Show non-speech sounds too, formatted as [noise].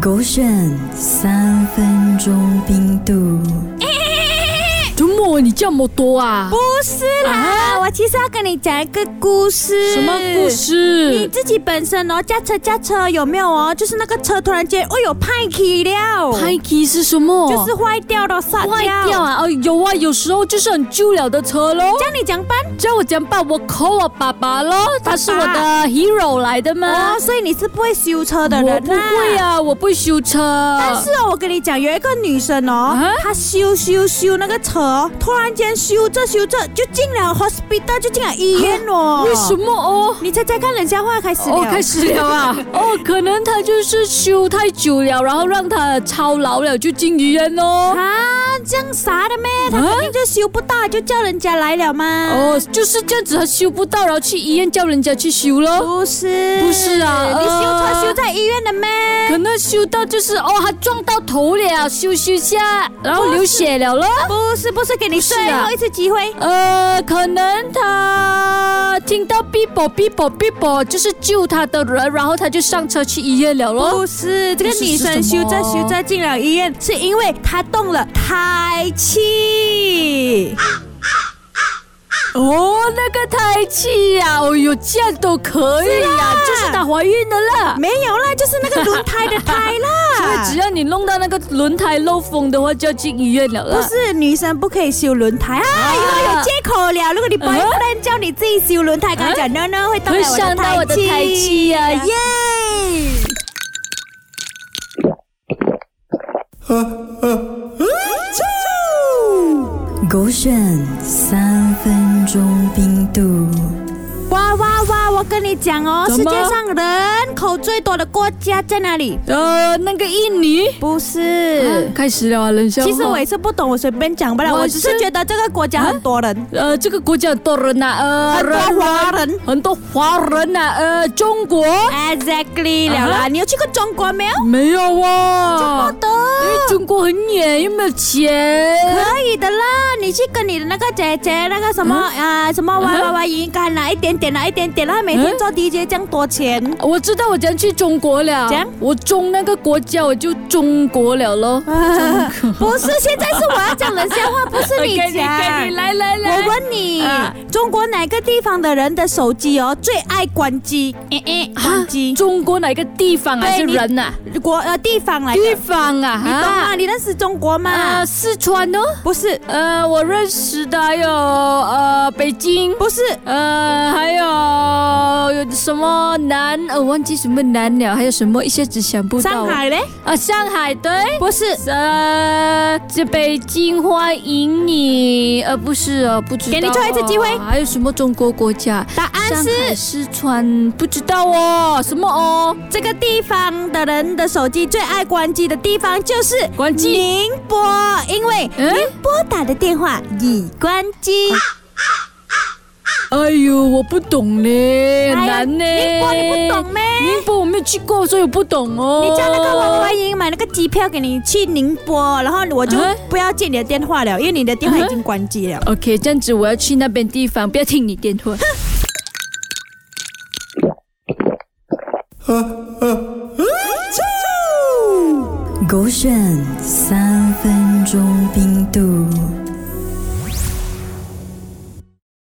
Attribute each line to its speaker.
Speaker 1: 狗选三分钟冰度，
Speaker 2: 周末你这么多啊？
Speaker 3: 不是啦，啊我其实要跟你讲一个故事。
Speaker 2: 什么故？
Speaker 3: 你
Speaker 2: 事？
Speaker 3: 自己本身哦，驾车驾车有没有哦？就是那个车突然间，哦呦，派起了，
Speaker 2: 拍 k 是什么？
Speaker 3: 就是坏掉了，撒
Speaker 2: 坏掉啊！哦，有啊，有时候就是很旧了的车喽。
Speaker 3: 叫你讲班
Speaker 2: 叫我讲吧，我 call 我爸爸喽，他是我的 hero 来的吗
Speaker 3: 哦，？所以你是不会修车的人、
Speaker 2: 我
Speaker 3: 啊，
Speaker 2: 不会。啊，我不会修车。
Speaker 3: 但是哦，我跟你讲，有一个女生哦，
Speaker 2: 啊
Speaker 3: 她修修修那个车哦，突然间修着修着就进了 hospital，就进了医院哦。
Speaker 2: 为什？么哦？
Speaker 3: 你猜猜看，冷笑话开始了。
Speaker 2: 哦，开始
Speaker 3: [laughs]
Speaker 2: 了啊！哦，可能他就是修太久了，然后让他操劳了，就进医院哦。
Speaker 3: 啊，这样傻的咩？他
Speaker 2: 啊
Speaker 3: 肯定就修不到，就叫人家来了嘛。
Speaker 2: 哦，就是这样子，他修不到，然后去医院叫人家去修咯。
Speaker 3: 不是，
Speaker 2: 不是啊
Speaker 3: 你修
Speaker 2: 呃
Speaker 3: 车修在医院的咩？
Speaker 2: 可能修到就是哦，他撞到头了，修修下，然后流血了咯。
Speaker 3: 不是，不是，给你
Speaker 2: 不是啊
Speaker 3: 最后一次机会。
Speaker 2: 呃，可能他听到 “bibo bibo bibo”，就是救他的人，然后他就上车去医院了咯。
Speaker 3: 不是，这个
Speaker 2: 哦是
Speaker 3: 女
Speaker 2: 是
Speaker 3: 生
Speaker 2: 什
Speaker 3: 修
Speaker 2: 么
Speaker 3: 着修着进了医院，是因为她动了胎气。
Speaker 2: 哦，那个胎气呀、哦哟，这样都可以呀、就是啊她怀孕的啦。
Speaker 3: 没有啦，就是那个轮胎的胎
Speaker 2: [laughs]
Speaker 3: 啦。
Speaker 2: 只要你弄到那个轮胎漏风的话，就要进医院了
Speaker 3: 不
Speaker 2: 啦。
Speaker 3: 是女生不可以修轮胎啊，又有借口了。如果你 boyfriend 叫你自己修轮胎，跟他讲 no no 会动
Speaker 2: 啊会
Speaker 3: 了我
Speaker 2: 伤
Speaker 3: 的
Speaker 2: 到我的胎
Speaker 3: 胎
Speaker 2: 气
Speaker 3: 气
Speaker 2: 呀、耶！
Speaker 1: 狗选三分钟冰度，
Speaker 3: 哇哇哇！我跟你讲哦，
Speaker 2: 怎
Speaker 3: 世
Speaker 2: 么
Speaker 3: 界上人口最多的国家在哪里？
Speaker 2: 呃，那个印尼、
Speaker 3: 不
Speaker 2: 啊
Speaker 3: 是。
Speaker 2: 开始了啊，冷笑话。
Speaker 3: 其实我也是不懂，我随便讲不了。
Speaker 2: 我
Speaker 3: 我只是
Speaker 2: 是
Speaker 3: 觉得这个国家很多人，
Speaker 2: 呃，这个国家很多人呐、呃，
Speaker 3: 很多
Speaker 2: 人
Speaker 3: 华人。
Speaker 2: 很多华人呐、呃，中国
Speaker 3: Exactly 了
Speaker 2: 啊哈
Speaker 3: 啦，你有去过中国没有？
Speaker 2: 没有
Speaker 3: 好
Speaker 2: 啊，
Speaker 3: 的，
Speaker 2: 因为中国很远，又没有钱。
Speaker 3: 可以的啦。你去跟你的那个姐姐那个什么啊什么
Speaker 2: 啊哈
Speaker 3: 娃娃娃应该拿一点点拿一点点，她每
Speaker 2: 嗯
Speaker 3: 天做 DJ 这样多
Speaker 2: [laughs]
Speaker 3: 钱。
Speaker 2: 我知道我怎样去中国了，
Speaker 3: 怎样
Speaker 2: 我中那个国家我就中国了咯。
Speaker 3: 不是，现在是我要讲冷笑话，不是你
Speaker 2: [laughs] 给给
Speaker 3: 讲
Speaker 2: 你。来来来，
Speaker 3: 我问你
Speaker 2: 啊，
Speaker 3: 中国哪个地方的人的手机哦最爱关机？
Speaker 2: 嗯
Speaker 3: 诶诶，关机。
Speaker 2: 中国哪个地方还是
Speaker 3: 对你
Speaker 2: 人呐、啊？
Speaker 3: 国呃地方来的，
Speaker 2: 地
Speaker 3: 你
Speaker 2: 方啊，
Speaker 3: 懂吗？你认识中国吗
Speaker 2: 啊，？四川哦，
Speaker 3: 不是，
Speaker 2: 呃，我认识的还有呃北京，
Speaker 3: 不是，
Speaker 2: 呃还有有什么南，呃忘记什么南了，还有什么一下子想不到。
Speaker 3: 上海嘞？
Speaker 2: 啊，上海对，
Speaker 3: 不是，
Speaker 2: 呃，这北京欢迎你，呃不是哦，不知道。
Speaker 3: 给你最后一次机会
Speaker 2: 哦还有什么中国国家？
Speaker 3: 答案
Speaker 2: 上
Speaker 3: 是
Speaker 2: 海四川不知道哦，什么哦？
Speaker 3: 这个地方的人的手机最爱关机的地方就是
Speaker 2: 关机
Speaker 3: 宁波，因为
Speaker 2: 嗯。
Speaker 3: 拨打的电话已关机。
Speaker 2: 哎呦，我不懂嘞，很
Speaker 3: 哎呀
Speaker 2: 难呢。
Speaker 3: 宁波你不懂咩？
Speaker 2: 宁波我没有去过，所以我不懂哦。
Speaker 3: 你叫那个王怀英买那个机票给你去宁波，然后我就
Speaker 2: 嗯
Speaker 3: 不要接你的电话了，因为你的
Speaker 2: 啊
Speaker 3: 电话已经关机了。
Speaker 2: OK，这样子我要去那边地方，不要听你电话。
Speaker 1: 狗选三分钟冰